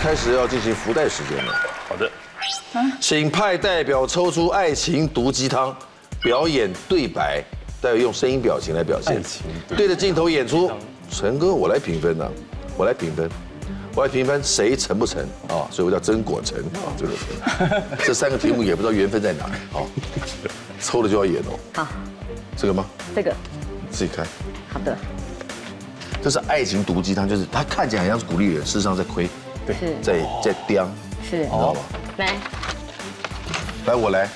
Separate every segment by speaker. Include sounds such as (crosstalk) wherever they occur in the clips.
Speaker 1: 开始要进行福袋时间了。
Speaker 2: 好的，
Speaker 1: 请派代表抽出爱情毒鸡汤，表演对白，待会用声音表情来表现。对着镜头演出，陈哥，我来评分呢、我来评分，我来评分谁成不成啊？所以我叫真果成啊，
Speaker 2: 哦
Speaker 1: 这个是 (laughs) 这三个题目也不知道缘分在哪里啊，抽了就要演哦。
Speaker 3: 好，
Speaker 1: 这个吗？
Speaker 3: 这个
Speaker 1: 自己看，
Speaker 3: 好的，
Speaker 1: 这是爱情毒鸡汤，就是他看起来好像是鼓励人，事实上在亏，
Speaker 3: 是
Speaker 1: 在哦在刁，
Speaker 3: 是，
Speaker 1: 你知
Speaker 2: 哦
Speaker 1: 道吗？
Speaker 3: 来，
Speaker 1: 来，我来。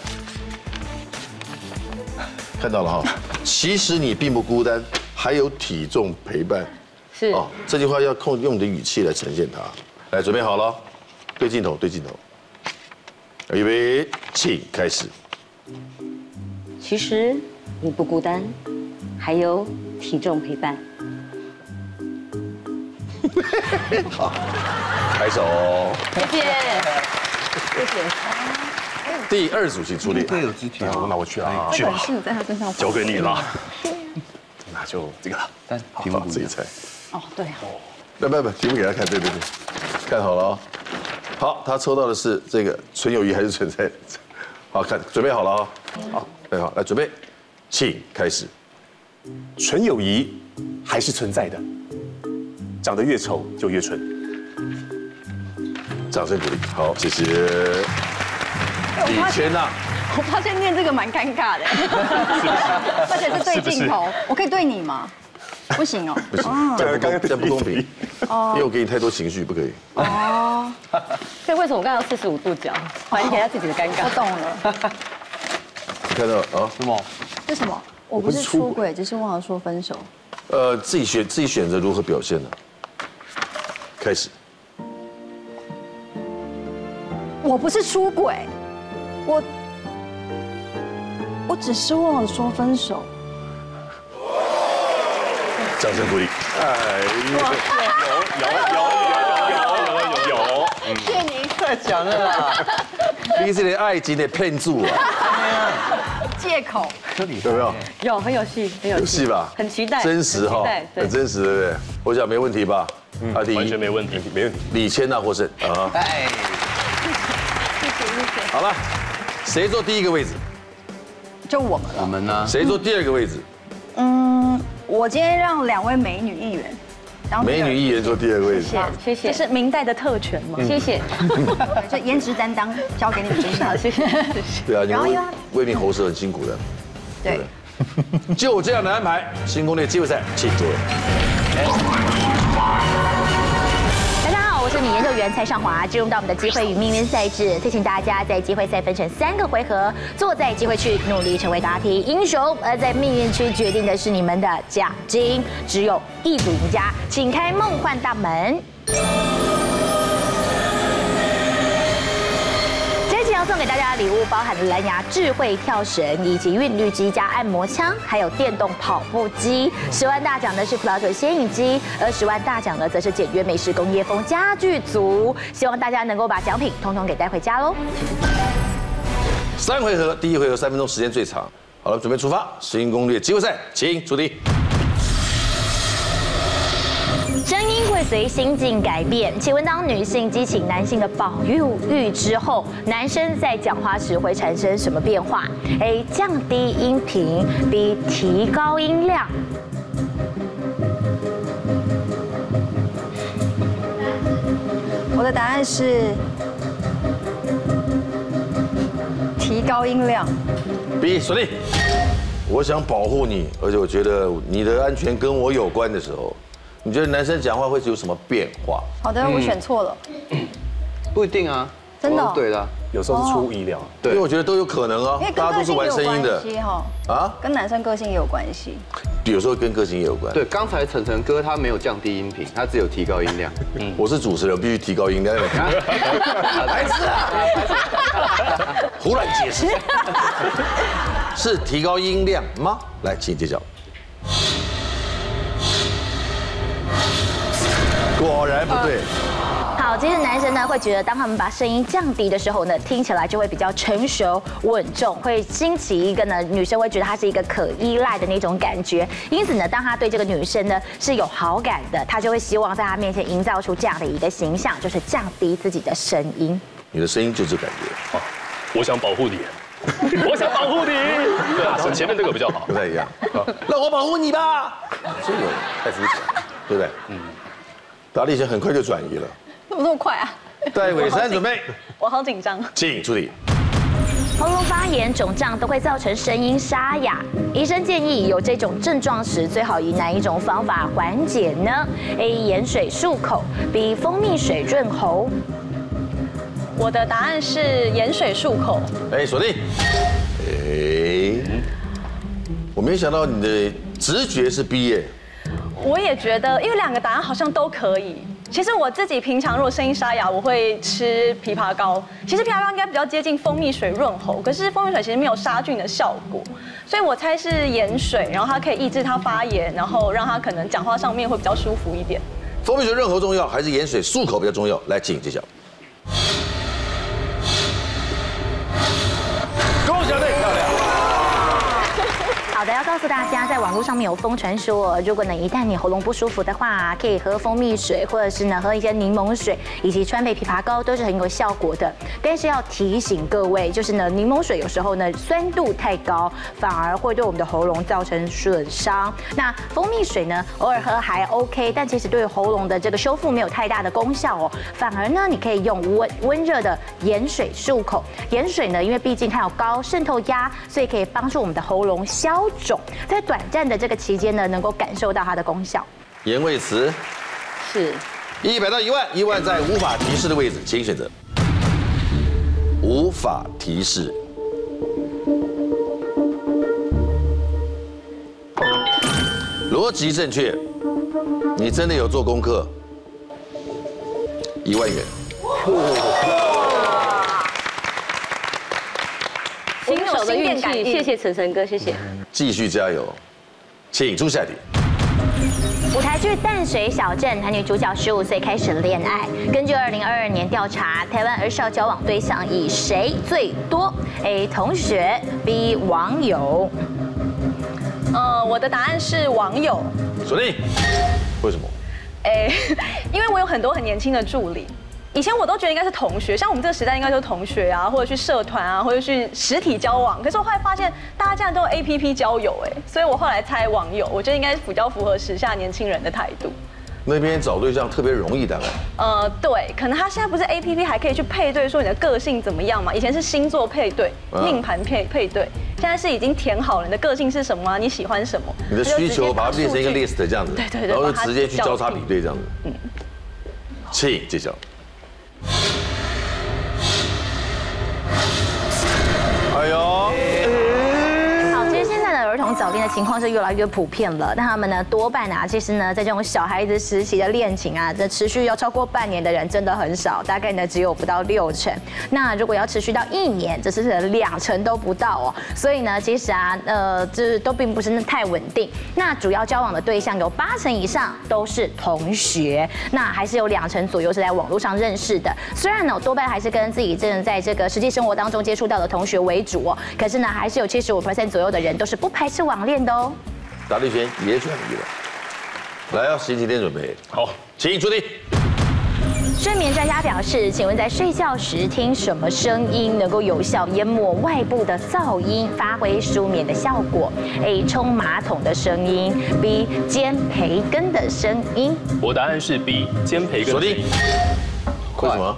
Speaker 1: 看到了哈，其实你并不孤单，还有体重陪伴。
Speaker 3: 是
Speaker 1: 哦，这句话要控用你的语气来呈现它。来，准备好了，对镜头，对镜头。预备，请开始。
Speaker 3: 其实你不孤单，还有体重陪伴。
Speaker 1: 拍手。
Speaker 3: 谢谢，谢谢。
Speaker 1: 第二组，请出哎列。
Speaker 4: 有肢体啊，
Speaker 2: 那我去啊，
Speaker 5: 这本事我在他身上
Speaker 2: 交给你
Speaker 5: (laughs)
Speaker 2: 了。那就这个了。
Speaker 4: 但
Speaker 2: 好
Speaker 4: 题目
Speaker 2: 好
Speaker 4: 不一
Speaker 2: 自己
Speaker 4: 样。
Speaker 2: 猜。
Speaker 5: 哦，对啊，
Speaker 1: 不不不，题目给他看，对对对，看好了哦。好，他抽到的是这个纯友谊还是存在？ (laughs) 好看，准备好了啊、哦。好，备好，来准备，请开始。
Speaker 2: 纯友谊还是存在的，长得越丑就越蠢。
Speaker 1: 掌声鼓励，好，谢谢。
Speaker 5: 哎
Speaker 1: 啊李千娜，
Speaker 5: 我发现念这个蛮尴尬的，而且是对镜头，我可以对你吗？不行哦，
Speaker 1: 不行，这样不公这样不公平，因为我给你太多情绪，不可以。
Speaker 3: 所以为什么我刚刚四十五度角，缓解一下自己的尴
Speaker 5: 我
Speaker 3: 尬？
Speaker 5: 懂了，
Speaker 1: 你看到啊？
Speaker 4: 是吗？
Speaker 5: 是什么？我不是出轨，只是忘了说分手。
Speaker 1: 呃，自己选自己选择如何表现呢？开始，
Speaker 5: 我不是出轨，我我只是忘了说分手。
Speaker 2: 掌声鼓励。哎有有有有有有有有，
Speaker 4: 太强了啦！
Speaker 1: 你是连爱情也骗住啊，
Speaker 5: 借口
Speaker 1: 有没有？
Speaker 3: 有，很有戏， (laughs) 很有
Speaker 1: 有戏吧？
Speaker 3: 很期待，
Speaker 1: 真实哈
Speaker 3: 很期待，对
Speaker 1: 很真实，对不对？我想没问题吧？啊，第
Speaker 2: 嗯完
Speaker 1: 一
Speaker 2: 全，没问题，没问题。
Speaker 1: 李千娜获胜啊。
Speaker 4: 哎，
Speaker 1: 好了，谁坐第一个位置？
Speaker 5: 就我们了。
Speaker 4: 我们呢？
Speaker 1: 谁坐第二个位置？
Speaker 5: 嗯，我今天让两位美女议员，然后
Speaker 1: 美女艺人坐第二个位置。
Speaker 3: 谢谢，
Speaker 5: 这是
Speaker 3: 明代的特权嘛？谢谢，
Speaker 5: 就颜值担当交给你们身上
Speaker 3: 好，。谢谢，谢谢。
Speaker 1: 对啊，你
Speaker 5: 然后
Speaker 1: 们
Speaker 5: 又要
Speaker 1: 为民喉舌很辛苦的。
Speaker 5: 对，
Speaker 1: 就这样的安排，新攻略季后赛，请各位。
Speaker 6: 大家好，我是米研究员蔡尚华，进入到我们的机会与命运赛制，提醒大家在机会赛分成三个回合，坐在机会区努力成为答题英雄，而在命运区决定的是你们的奖金，只有一组赢家，请开梦幻大门。这一集要送给大家的礼物包含了蓝牙智慧跳绳，以及韵律机加按摩枪，还有电动跑步机。十万大奖呢是葡萄酒鲜饮机，而十万大奖呢则是简约美式工业风家具组。希望大家能够把奖品通通给带回家喽。
Speaker 1: 三回合，第一回合三分钟时间最长。好了，准备出发，新攻略季后赛，请出题。
Speaker 6: 声音会随心境改变。请问，当女性激起男性的保护欲之后，男生在讲话时会产生什么变化？A. 降低音频；B. 提高音量。
Speaker 5: 我的答案是提高音量。
Speaker 1: B 锁定。我想保护你，而且我觉得你的安全跟我有关的时候，你觉得男生讲话会有什么变化？
Speaker 5: 好的，我选错
Speaker 1: 嗯
Speaker 5: 了，
Speaker 4: 不一定啊，
Speaker 5: 真的
Speaker 4: 我
Speaker 5: 哦
Speaker 4: 都对的啊，
Speaker 2: 有时候是出乎意料。
Speaker 1: 因为我觉得都有可能啊
Speaker 5: 因为，跟
Speaker 1: 大家都
Speaker 5: 个
Speaker 1: 是
Speaker 5: 性也
Speaker 1: 玩
Speaker 5: 有
Speaker 1: 声音的
Speaker 5: 关系哈，
Speaker 1: 啊，
Speaker 5: 跟男生个性也有关系。
Speaker 1: 有时候跟个性也有关。
Speaker 4: 对，刚才晨晨哥他没有降低音频，他只有提高音量。
Speaker 1: 我是主持人，我必须提高音量。白痴啊！胡乱解释，是提高音量吗？来，请揭晓。果然不对，
Speaker 6: 好，哦，其实男生呢会觉得，当他们把声音降低的时候呢，听起来就会比较成熟稳重，会兴起一个呢女生会觉得他是一个可依赖的那种感觉。因此呢，当他对这个女生呢是有好感的，他就会希望在她面前营造出这样的一个形象，就是降低自己的声音。
Speaker 1: 你的声音就这感觉，
Speaker 7: 哦我想保护你，我想保护你。对啊，前面这个比较好
Speaker 1: 不。太一 (laughs) 样。那我保护你吧，这个太肤浅了，对不对？嗯。达利贤很快就转移了。
Speaker 5: 怎么那么快啊？
Speaker 1: 戴伟山准备，
Speaker 5: 我好紧张。
Speaker 1: 请出题。
Speaker 6: 喉咙发炎、肿胀都会造成声音沙哑。医生建议有这种症状时，最好以哪一种方法缓解呢？A. 盐水漱口，B. 蜂蜜水润喉。
Speaker 8: 我的答案是盐水漱口，
Speaker 1: 哎，锁定。哎，我没想到你的直觉是 B 耶，
Speaker 8: 我也觉得，因为两个答案好像都可以。其实我自己平常如果声音沙哑，我会吃枇杷膏。其实枇杷膏应该比较接近蜂蜜水润喉，可是蜂蜜水其实没有杀菌的效果，所以我猜是盐水，然后它可以抑制它发炎，然后让它可能讲话上面会比较舒服一点。
Speaker 1: 蜂蜜水润喉重要还是盐水漱口比较重要？来，请揭晓。恭喜小队，漂亮。
Speaker 6: 好的，要告诉大家，在网络上面有疯传说，如果呢一旦你喉咙不舒服的话，可以喝蜂蜜水，或者是呢喝一些柠檬水，以及川贝枇杷膏都是很有效果的。但是要提醒各位，就是呢柠檬水有时候呢酸度太高，反而会对我们的喉咙造成损伤。那蜂蜜水呢偶尔喝还 OK，但其实对喉咙的这个修复没有太大的功效哦。反而呢你可以用温温热的盐水漱口，盐水呢因为毕竟它有高渗透压，所以可以帮助我们的喉咙消肿，在短暂的这个期间呢，能够感受到它的功效。
Speaker 1: 言魏词，嗯
Speaker 3: 是
Speaker 1: 一百到一万，一万在无法提示的位置，请选择。无法提示，逻辑正确，你真的有做功课，一万元。
Speaker 8: 新
Speaker 5: 手的运气谢
Speaker 8: 谢谢。
Speaker 5: 谢晨晨哥，谢谢。
Speaker 1: 继续加油，请出下一题。
Speaker 6: 舞台剧《淡水小镇》男女主角十五岁开始恋爱。根据二零二二年调查，台湾儿少交往对象以谁最多？A. 同学，B. 网友。
Speaker 8: 呃，我的答案是网友，
Speaker 1: 锁定，为什么？
Speaker 8: 哎，因为我有很多很年轻的助理。以前我都觉得应该是同学，像我们这个时代应该就是同学啊，或者去社团啊，或者去实体交往。可是我后来发现，大家竟然都有 A P P 交友，哎，所以我后来猜网友，我觉得应该是比较符合时下年轻人的态度。
Speaker 1: 那边找对象特别容易，大概
Speaker 8: 呃，对，可能他现在不是 A P P 还可以去配对，说你的个性怎么样嘛？以前是星座配对、
Speaker 1: 啊
Speaker 8: 命盘配配对，现在是已经填好了你的个性是什么啊，你喜欢什么，
Speaker 1: 你的
Speaker 8: 他就
Speaker 1: 需
Speaker 8: 直接
Speaker 1: 求
Speaker 8: 打
Speaker 1: 把它变成一个
Speaker 8: 数据
Speaker 1: list 这样子，
Speaker 8: 对对对，
Speaker 1: 然后
Speaker 8: 把它
Speaker 1: 直接去交叉
Speaker 8: 调
Speaker 1: 比
Speaker 8: 进
Speaker 1: 对这样子。嗯，请揭晓。哎呦，
Speaker 6: 好，其实现在的儿童早恋的情况是越来越普遍了。那他们呢，多半啊，其实呢，在这种小孩子时期的恋情啊，这持续要超过半年的人真的很少，大概呢只有不到六成。那如果要持续到一年，这是两成都不到哦。所以呢，其实啊，呃，就是都并不是太稳定。那主要交往的对象有八成以上都是同学，那还是有两成左右是在网络上认识的。虽然呢，多半还是跟自己正在这个实际生活当中接触到的同学为主哦，可是呢，还是有七十五 percent 左右的人都是不排斥网恋的哦。
Speaker 1: 达利轩也转移了，来要十几天准备。
Speaker 7: 好，
Speaker 1: 请出题。
Speaker 6: 睡眠专家表示，请问在睡觉时听什么声音能够有效淹没外部的噪音，发挥舒眠的效果？A. 冲马桶的声音，B. 煎培根的声音。
Speaker 7: 我答案是 B，煎培根。
Speaker 1: 锁定。为什么？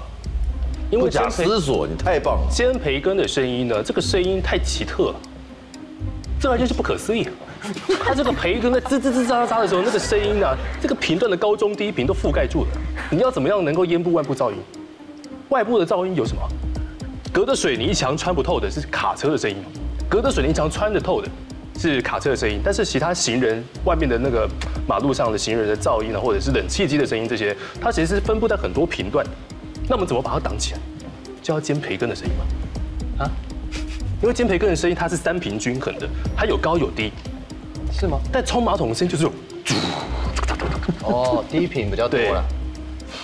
Speaker 7: 因
Speaker 1: 不
Speaker 7: 为
Speaker 1: 假
Speaker 7: 煎培
Speaker 1: 思索，你太棒了。
Speaker 7: 煎培根的声音呢，这个声音太奇特了，这完全是不可思议。它这个培根在滋滋滋喳喳的时候，那个声音呢、啊这个频段的高中低频都覆盖住了。你要怎么样能够淹不外部噪音？外部的噪音有什么？隔着水泥墙穿不透的是卡车的声音，隔着水泥墙穿得透的是卡车的声音，但是其他行人外面的那个马路上的行人的噪音啊，或者是冷气机的声音这些，它其实是分布在很多频段的。那我们怎么把它挡起来？就要煎培根的声音吗？啊因为煎培根的声音它是三平均衡的，它有高有低，是吗？但冲马桶的声音就是有
Speaker 4: 哦，低频比较多
Speaker 7: 对
Speaker 4: 了。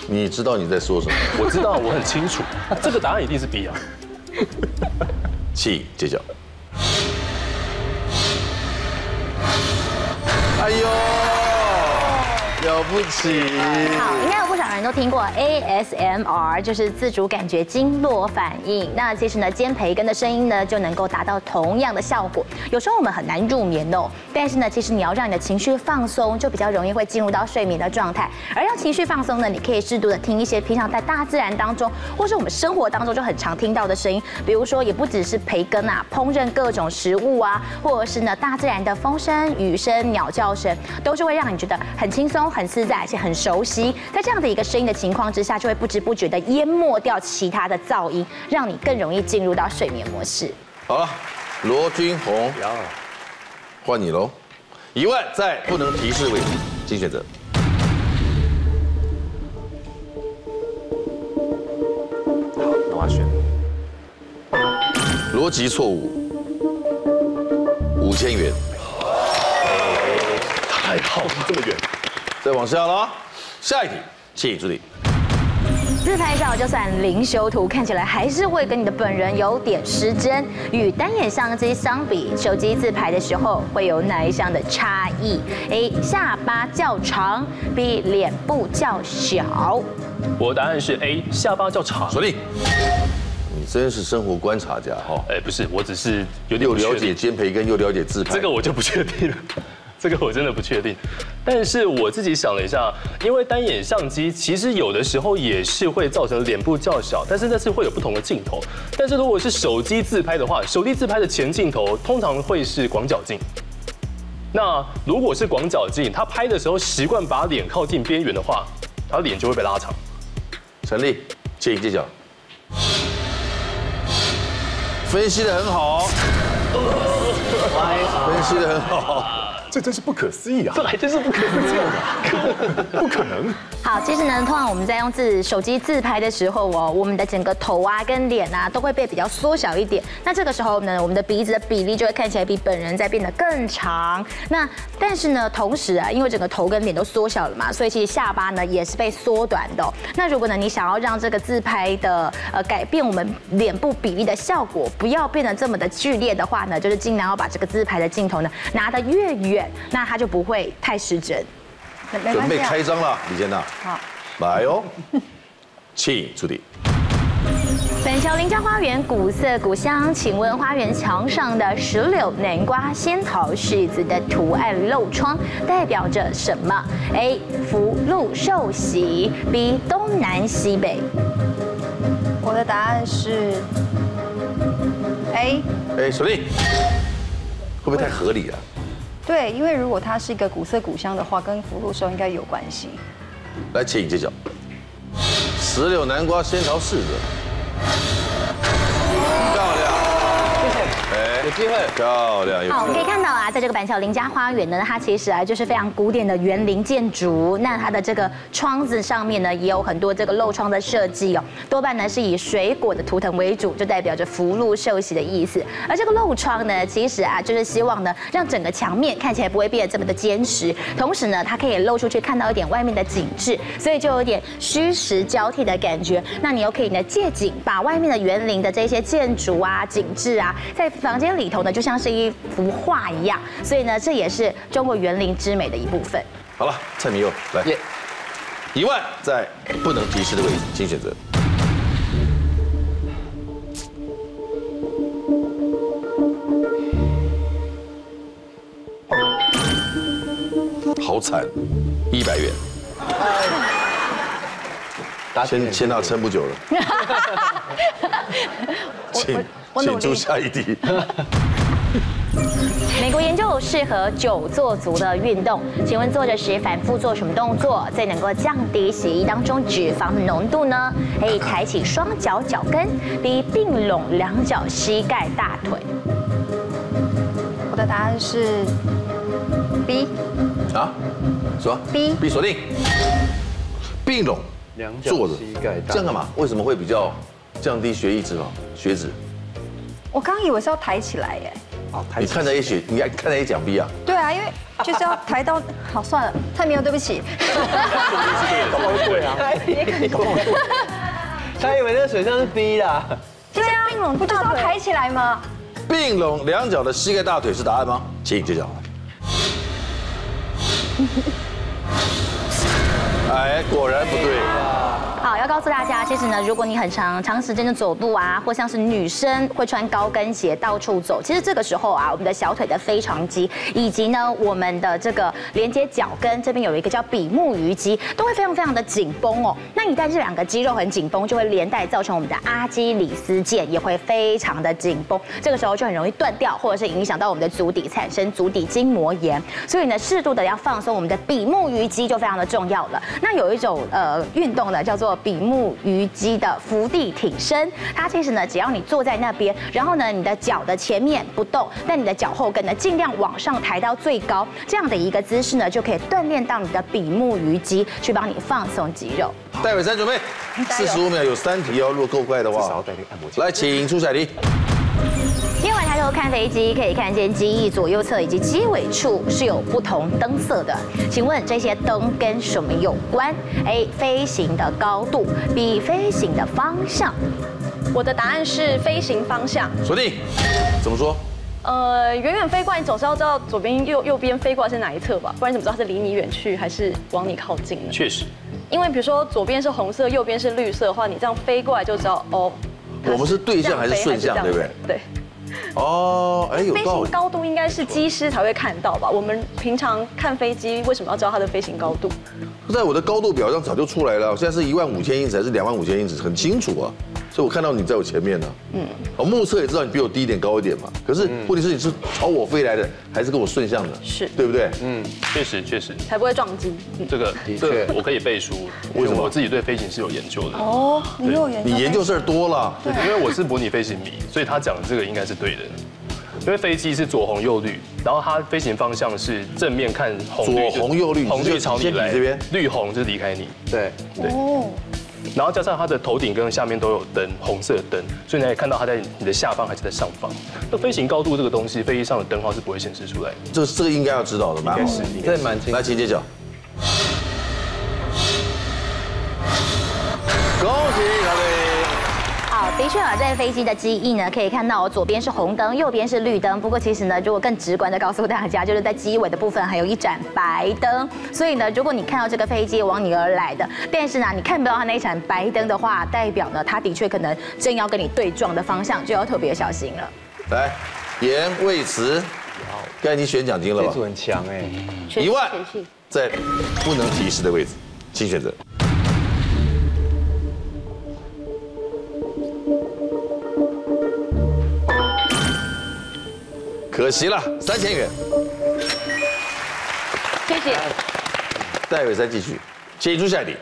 Speaker 1: 你知道你在说什么？
Speaker 7: 我知道，我很清楚，这个答案一定是 B 啊。
Speaker 1: 请揭晓。哎呦，了不起！
Speaker 6: 应该有不少人都听过 ASMR，就是自主感觉经络反应。那其实呢，煎培根的声音呢，就能够达到同样的效果。有时候我们很难入眠哦，但是呢，其实你要让你的情绪放松，就比较容易会进入到睡眠的状态。而要情绪放松呢，你可以适度的听一些平常在大自然当中，或是我们生活当中就很常听到的声音，比如说也不只是培根啊，烹饪各种食物啊，或者是呢大自然的风声、雨声、鸟叫声，都是会让你觉得很轻松、很自在，而且很熟悉。在这样的一个声音的情况之下，就会不知不觉的淹没掉其他的噪音，让你更容易进入到睡眠模式。
Speaker 1: 好了，罗君红，换你喽。一万在不能提示位置，请选择。
Speaker 2: 好，那我要选。
Speaker 1: 逻辑错误，五千元。
Speaker 2: 太好了，这么远。
Speaker 1: 再往下了，下一题，请助理。
Speaker 6: 自拍照就算零修图，看起来还是会跟你的本人有点失真。与单眼相机相比，手机自拍的时候会有哪一项的差异？A. 下巴较长，B. 脸部较小。
Speaker 7: 我的答案是 A，下巴较长。
Speaker 1: 助理，你真是生活观察家哈，
Speaker 7: 哎，不是，我只是有点
Speaker 1: 又
Speaker 7: 不确
Speaker 1: 了
Speaker 7: 定
Speaker 1: 解肩培根，又了解自拍。
Speaker 7: 这个我就不确定了，这个我真的不确定。但是我自己想了一下，因为单眼相机其实有的时候也是会造成脸部较小，但是那是会有不同的镜头。但是如果是手机自拍的话，手机自拍的前镜头通常会是广角镜。那如果是广角镜，他拍的时候习惯把脸靠近边缘的话，他脸就会被拉长。 (laughs)
Speaker 1: 陈立，请揭晓。分析的很好，分析的很好。
Speaker 2: 这真是不可思议啊
Speaker 7: 这！还真是不可能这样的。
Speaker 2: 不可能，
Speaker 6: 好，其实呢，通常我们在用自手机自拍的时候哦，我们的整个头啊跟脸啊都会被比较缩小一点。那这个时候呢，我们的鼻子的比例就会看起来比本人在变得更长。那但是呢，同时啊，因为整个头跟脸都缩小了嘛，所以其实下巴呢也是被缩短的哦、那如果呢，你想要让这个自拍的呃改变我们脸部比例的效果，不要变得这么的剧烈的话呢，就是尽量要把这个自拍的镜头呢拿得越远，那它就不会太失真。
Speaker 5: 没
Speaker 1: 准
Speaker 5: 关
Speaker 1: 备
Speaker 5: 系啊
Speaker 1: 开张了，李健娜。
Speaker 5: 好，
Speaker 1: 来哦， (laughs) 请助理。
Speaker 6: 本桥林家花园古色古香，请问花园墙上的石榴、南瓜、仙桃、柿子的图案漏窗代表着什么？A. 福禄寿喜，B. 东南西北。
Speaker 5: 我的答案是 A。
Speaker 1: 哎，小丽，会不会太合理啊？
Speaker 5: 对，因为如果它是一个古色古香的话，跟福禄寿应该有关系。
Speaker 1: 来，请揭晓。石榴、南瓜、仙桃、柿子，漂亮，哎，有机会，漂亮，有
Speaker 6: 好，我
Speaker 1: 机
Speaker 6: 们可以
Speaker 1: 会。
Speaker 6: 看到啊，在这个板桥林家花园呢，它其实啊就是非常古典的园林建筑。那它的这个窗子上面呢，也有很多这个漏窗的设计哦，多半呢是以水果的图腾为主，就代表着福禄寿喜的意思。而这个漏窗呢，其实啊就是希望呢，让整个墙面看起来不会变得这么的坚实，同时呢，它可以露出去看到一点外面的景致，所以就有点虚实交替的感觉。那你又可以呢借景，把外面的园林的这些建筑啊、景致啊，在房间里头呢，就像是一幅画一样。所以呢，这也是中国园林之美的一部分。 (laughs)
Speaker 1: 好了，蔡明佑，来，
Speaker 4: 耶，
Speaker 1: 一万在不能提示的位置，请选择。好惨，一百元，
Speaker 4: 答
Speaker 1: 先先到撑不久了。请
Speaker 5: 我
Speaker 1: 请
Speaker 5: 努力
Speaker 1: 出下一题。
Speaker 6: 美国研究适合久坐族的运动，请问坐着时反复做什么动作最能够降低血液当中脂肪的浓度呢？A. 抬起双脚脚跟，B. 并拢两脚膝盖大腿。
Speaker 5: 我的答案是 B。
Speaker 1: 啊？说
Speaker 5: 逼
Speaker 1: 逼锁定，并拢，
Speaker 4: 两脚
Speaker 1: 坐着
Speaker 4: 膝盖，大
Speaker 1: 这样干嘛？为什么会比较降低血液脂肪、血脂？
Speaker 5: 我刚以为是要抬起来耶。
Speaker 4: 哦
Speaker 2: 好，太
Speaker 1: 你看他也血，你看看他也讲逼啊？
Speaker 5: (laughs) 对啊，因为就是要抬到。好，算了，太没有，对不起。
Speaker 7: 对啊，
Speaker 4: 他以为他以为那个水上是逼的啊，
Speaker 8: 对啊，并拢
Speaker 5: 不就是要抬起来吗？
Speaker 1: 并拢两脚的膝盖大腿是答案吗？请你揭晓。 (laughs) 哎，果然不对。
Speaker 6: 好，要告诉大家，其实呢，如果你很长长时间的走路啊，或像是女生会穿高跟鞋到处走，其实这个时候啊，我们的小腿的腓肠肌，以及呢我们的这个连接脚跟这边有一个叫比目鱼肌，都会非常非常的紧绷哦。那一旦这两个肌肉很紧绷，就会连带造成我们的阿基里斯腱也会非常的紧绷，这个时候就很容易断掉，或者是影响到我们的足底，产生足底筋膜炎。所以呢，适度的要放松我们的比目鱼肌就非常的重要了。那有一种呃运动呢，叫做比目鱼肌的伏地挺身，它其实呢，只要你坐在那边，然后呢，你的脚的前面不动，那你的脚后跟呢尽量往上抬到最高，这样的一个姿势呢，就可以锻炼到你的比目鱼肌，去帮你放松肌肉。
Speaker 1: 戴伟山准备，四十五秒有三题哦，如果够快的话，
Speaker 2: 至少要戴那个按摩镜
Speaker 1: 来，请出彩题。
Speaker 6: 夜晚抬头看飞机，可以看见机翼左右侧以及机尾处是有不同灯色的。请问这些灯跟什么有关？A. 飞行的高度，B. 飞行的方向。
Speaker 8: 我的答案是飞行方向。
Speaker 1: 锁定，怎么说？
Speaker 8: 呃，远远飞过来，你总是要知道左边、右右边飞过来是哪一侧吧，不然你怎么知道它是离你远去还是往你靠近呢？
Speaker 7: 确实，
Speaker 8: 因为比如说左边是红色，右边是绿色的话，你这样飞过来就知道哦。它
Speaker 1: 我们是对
Speaker 8: 这
Speaker 1: 向
Speaker 8: 样
Speaker 1: 还是
Speaker 8: 飞
Speaker 1: 顺向，
Speaker 8: 这样
Speaker 1: 对不对
Speaker 8: 飞？对。
Speaker 1: 哦，哎，有
Speaker 8: 飞
Speaker 1: 道
Speaker 8: 行
Speaker 1: 理。
Speaker 8: 高度应该是机师才会看到吧？我们平常看飞机，为什么要知道它的飞行高度？
Speaker 1: 在我的高度表上早就出来了，我现在是一万五千英尺还是两万五千英尺，很清楚啊。所以我看到你在我前面呢、嗯，我目测也知道你比我低一点、高一点嘛。可是问题是你是朝我飞来的，还是跟我顺向的？
Speaker 8: 是
Speaker 1: 对不对？嗯，
Speaker 7: 确实，确实，
Speaker 8: 才不会撞击。嗯
Speaker 7: 这个
Speaker 4: 的确
Speaker 7: 这个我可以背书，
Speaker 1: 为什么
Speaker 7: 我自己对飞行是有研究的，
Speaker 5: 哦，你又研
Speaker 1: 你研究事儿多了。
Speaker 7: 因为我是模拟飞行迷，所以他讲的这个应该是对的。因为飞机是左红右绿，然后它飞行方向是正面看红绿就
Speaker 1: 左红右绿
Speaker 7: 红
Speaker 1: 你就
Speaker 7: 绿朝你
Speaker 1: 先比
Speaker 7: 来
Speaker 1: 这边
Speaker 7: 绿红就是离开你，
Speaker 4: 对，
Speaker 5: 哦，
Speaker 7: 然后加上它的头顶跟下面都有灯，红色的灯，所以你可以看到它在你的下方还是在上方。那飞行高度这个东西，飞机上的灯号是不会显示出来的。
Speaker 1: 这这个应该要知道的，蛮好的。
Speaker 4: 这蛮清楚
Speaker 1: 来，。请揭晓。恭喜小李。
Speaker 6: 好，的确啊，在飞机的机翼呢，可以看到左边是红灯，右边是绿灯。不过其实呢，如果更直观的告诉大家，就是在机尾的部分还有一盏白灯。所以呢，如果你看到这个飞机往你而来的，但是呢，你看不到它那一盏白灯的话，代表呢，它的确可能正要跟你对撞的方向，就要特别小心了。
Speaker 1: 来，言未迟，该你选奖金了
Speaker 4: 这
Speaker 1: 吧
Speaker 4: 组？很强哎，
Speaker 1: 一万，在不能提示的位置，请选择。可惜了，三千元。
Speaker 8: 谢谢。
Speaker 1: 戴伟山继续，请出下一题。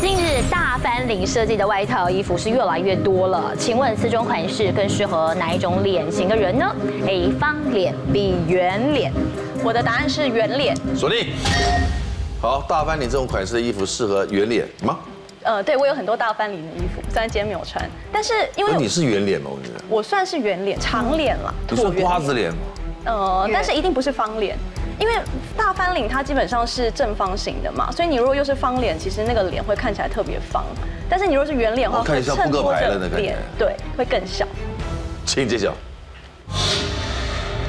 Speaker 6: 近日，大翻领设计的外套衣服是越来越多了。请问此种款式更适合哪一种脸型的人呢？A 方脸，B 圆脸。
Speaker 8: 我的答案是圆脸。
Speaker 1: 锁定。好，大翻领这种款式的衣服适合圆脸吗？
Speaker 8: 呃，对我有很多大翻领的衣服，虽然今天没有穿，但是因
Speaker 1: 那
Speaker 8: 为
Speaker 1: 哎你是圆脸吗？我觉得
Speaker 8: 我算是圆脸、长脸啦，
Speaker 1: 你是
Speaker 8: 椭圆
Speaker 1: 瓜子脸吗？
Speaker 8: 呃，但是一定不是方脸，因为大翻领它基本上是正方形的嘛，所以你如果又是方脸，其实那个脸会看起来特别方。但是你如果是圆脸的话，
Speaker 1: 我看
Speaker 8: 会
Speaker 1: 你像
Speaker 8: 衬
Speaker 1: 扑克
Speaker 8: 托
Speaker 1: 牌
Speaker 8: 着
Speaker 1: 了那感觉
Speaker 8: 脸，对，会更小。
Speaker 1: 请揭晓。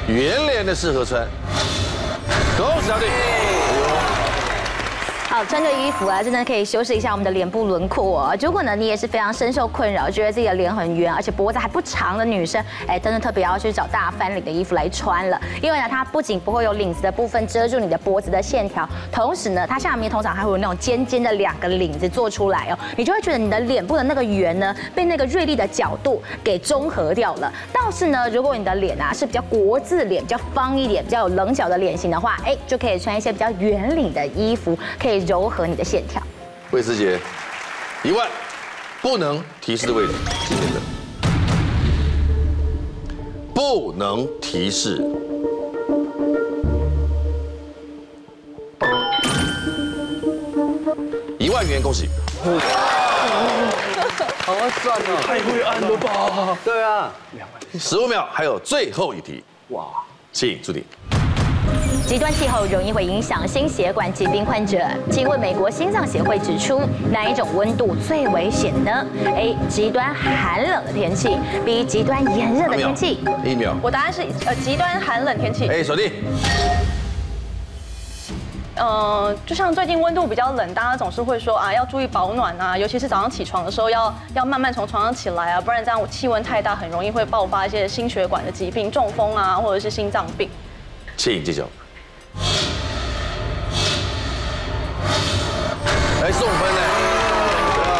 Speaker 1: 圆脸的适合穿。恭喜小李。
Speaker 6: 好，穿着衣服啊，真的可以修饰一下我们的脸部轮廓哦。如果呢，你也是非常深受困扰，觉得自己的脸很圆，而且脖子还不长的女生，哎，真的特别要去找大翻领的衣服来穿了，因为呢，它不仅不会有领子的部分遮住你的脖子的线条，同时呢，它下面通常还会有那种尖尖的两个领子做出来哦，你就会觉得你的脸部的那个圆呢，被那个锐利的角度给中和掉了。倒是呢，如果你的脸啊是比较国字脸、比较方一点、比较有棱角的脸型的话，哎，就可以穿一些比较圆领的衣服，可以柔和你的线条。
Speaker 1: 魏思杰，一万，不能提示的位置，请选择。不能提示。一万元，恭喜！
Speaker 4: 好会算哦。
Speaker 7: 太会按了吧！
Speaker 4: 对啊，
Speaker 1: 十五秒，还有最后一题。哇，请注定。
Speaker 6: 极端气候容易会影响心血管疾病患者。请问美国心脏协会指出，哪一种温度最危险呢？A. 极端寒冷的天气，B. 极端炎热的天气。
Speaker 1: 一秒。
Speaker 8: 我答案是呃极端寒冷天气，
Speaker 1: 哎，小弟，
Speaker 8: 呃，就像最近温度比较冷，大家总是会说啊要注意保暖啊，尤其是早上起床的时候要要慢慢从床上起来啊，不然这样我气温太大，很容易会爆发一些心血管的疾病、中风啊，或者是心脏病。
Speaker 1: 请揭晓。来送分嘞，漂亮。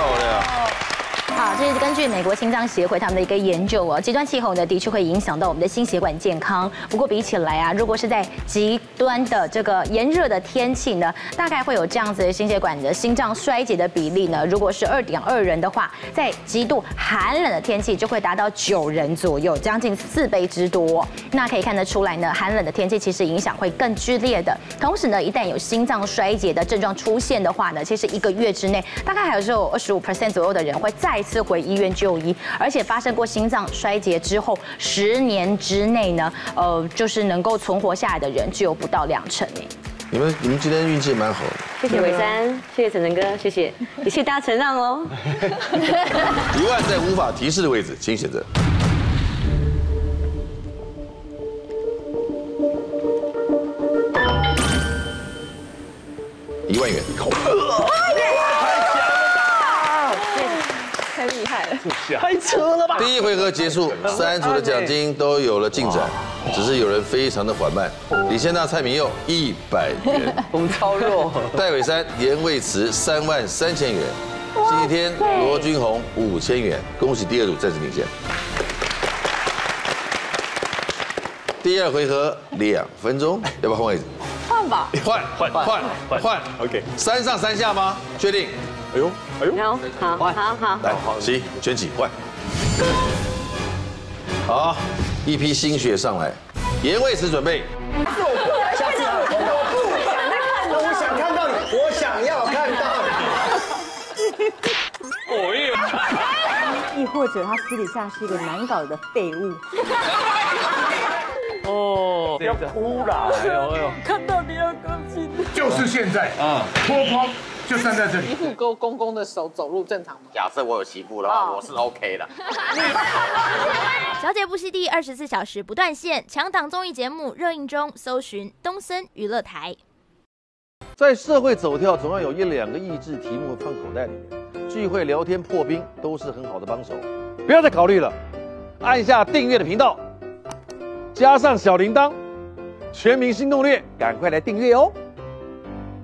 Speaker 6: 好，这是根据美国心脏协会他们的一个研究哦，极端气候呢的确会影响到我们的心血管健康。不过比起来啊，如果是在极端的这个炎热的天气呢，大概会有这样子的心血管的心脏衰竭的比例呢，如果是二点二人的话，在极度寒冷的天气就会达到九人左右，将近四倍之多。那可以看得出来呢，寒冷的天气其实影响会更剧烈的。同时呢，一旦有心脏衰竭的症状出现的话呢，其实一个月之内，大概还有只有二十五 percent 左右的人会再次回医院就医，而且发生过心脏衰竭之后，十年之内呢，呃，就是能够存活下来的人只有不到两成诶。
Speaker 1: 你们你们今天运气蛮好的，
Speaker 9: 谢谢伟山，谢谢晨晨哥，谢谢，也谢谢大家承让哦。
Speaker 1: 一万在无法提示的位置，请选择。一万元，
Speaker 8: 太厉害了！
Speaker 7: 太扯了吧！
Speaker 1: (laughs) 第一回合结束，三组的奖金都有了进展，只是有人非常的缓慢。李先娜、蔡明佑一百元，
Speaker 4: 我们超弱，
Speaker 1: 戴伟山、严卫慈三万三千元，星期天罗君红五千元，恭喜第二组暂时领先。第二回合两分钟，要不要换位置？
Speaker 5: 换吧，
Speaker 1: 换换
Speaker 7: 换
Speaker 1: 换
Speaker 7: 换
Speaker 1: 换
Speaker 2: OK
Speaker 1: 三上三下吗？确定？
Speaker 2: 哎呦，哎呦，
Speaker 9: 然后好好好，
Speaker 1: 来，起，卷起，换。好，一批新血上来，盐味池准备，
Speaker 10: 我想看到你，我想要看到你。
Speaker 11: 亦或者他私底下是一个难搞的废物。
Speaker 7: 哦，不要哭啦！哎呦哎呦，
Speaker 10: 就是现在，啊，脱光就站在这里。
Speaker 12: 不勾公公的手走路正常吗？
Speaker 4: 假设我有媳妇的
Speaker 9: 哦
Speaker 4: 话，我是 OK 的。
Speaker 6: 小姐不息地二十四小时不断线，强档综艺节目热映中，搜寻东森娱乐台。
Speaker 1: 在社会走跳，总要有一两个益智题目放口袋里面，聚会聊天破冰都是很好的帮手。不要再考虑了，按下订阅的频道，加上小铃铛，全民心动略，赶快来订阅哦！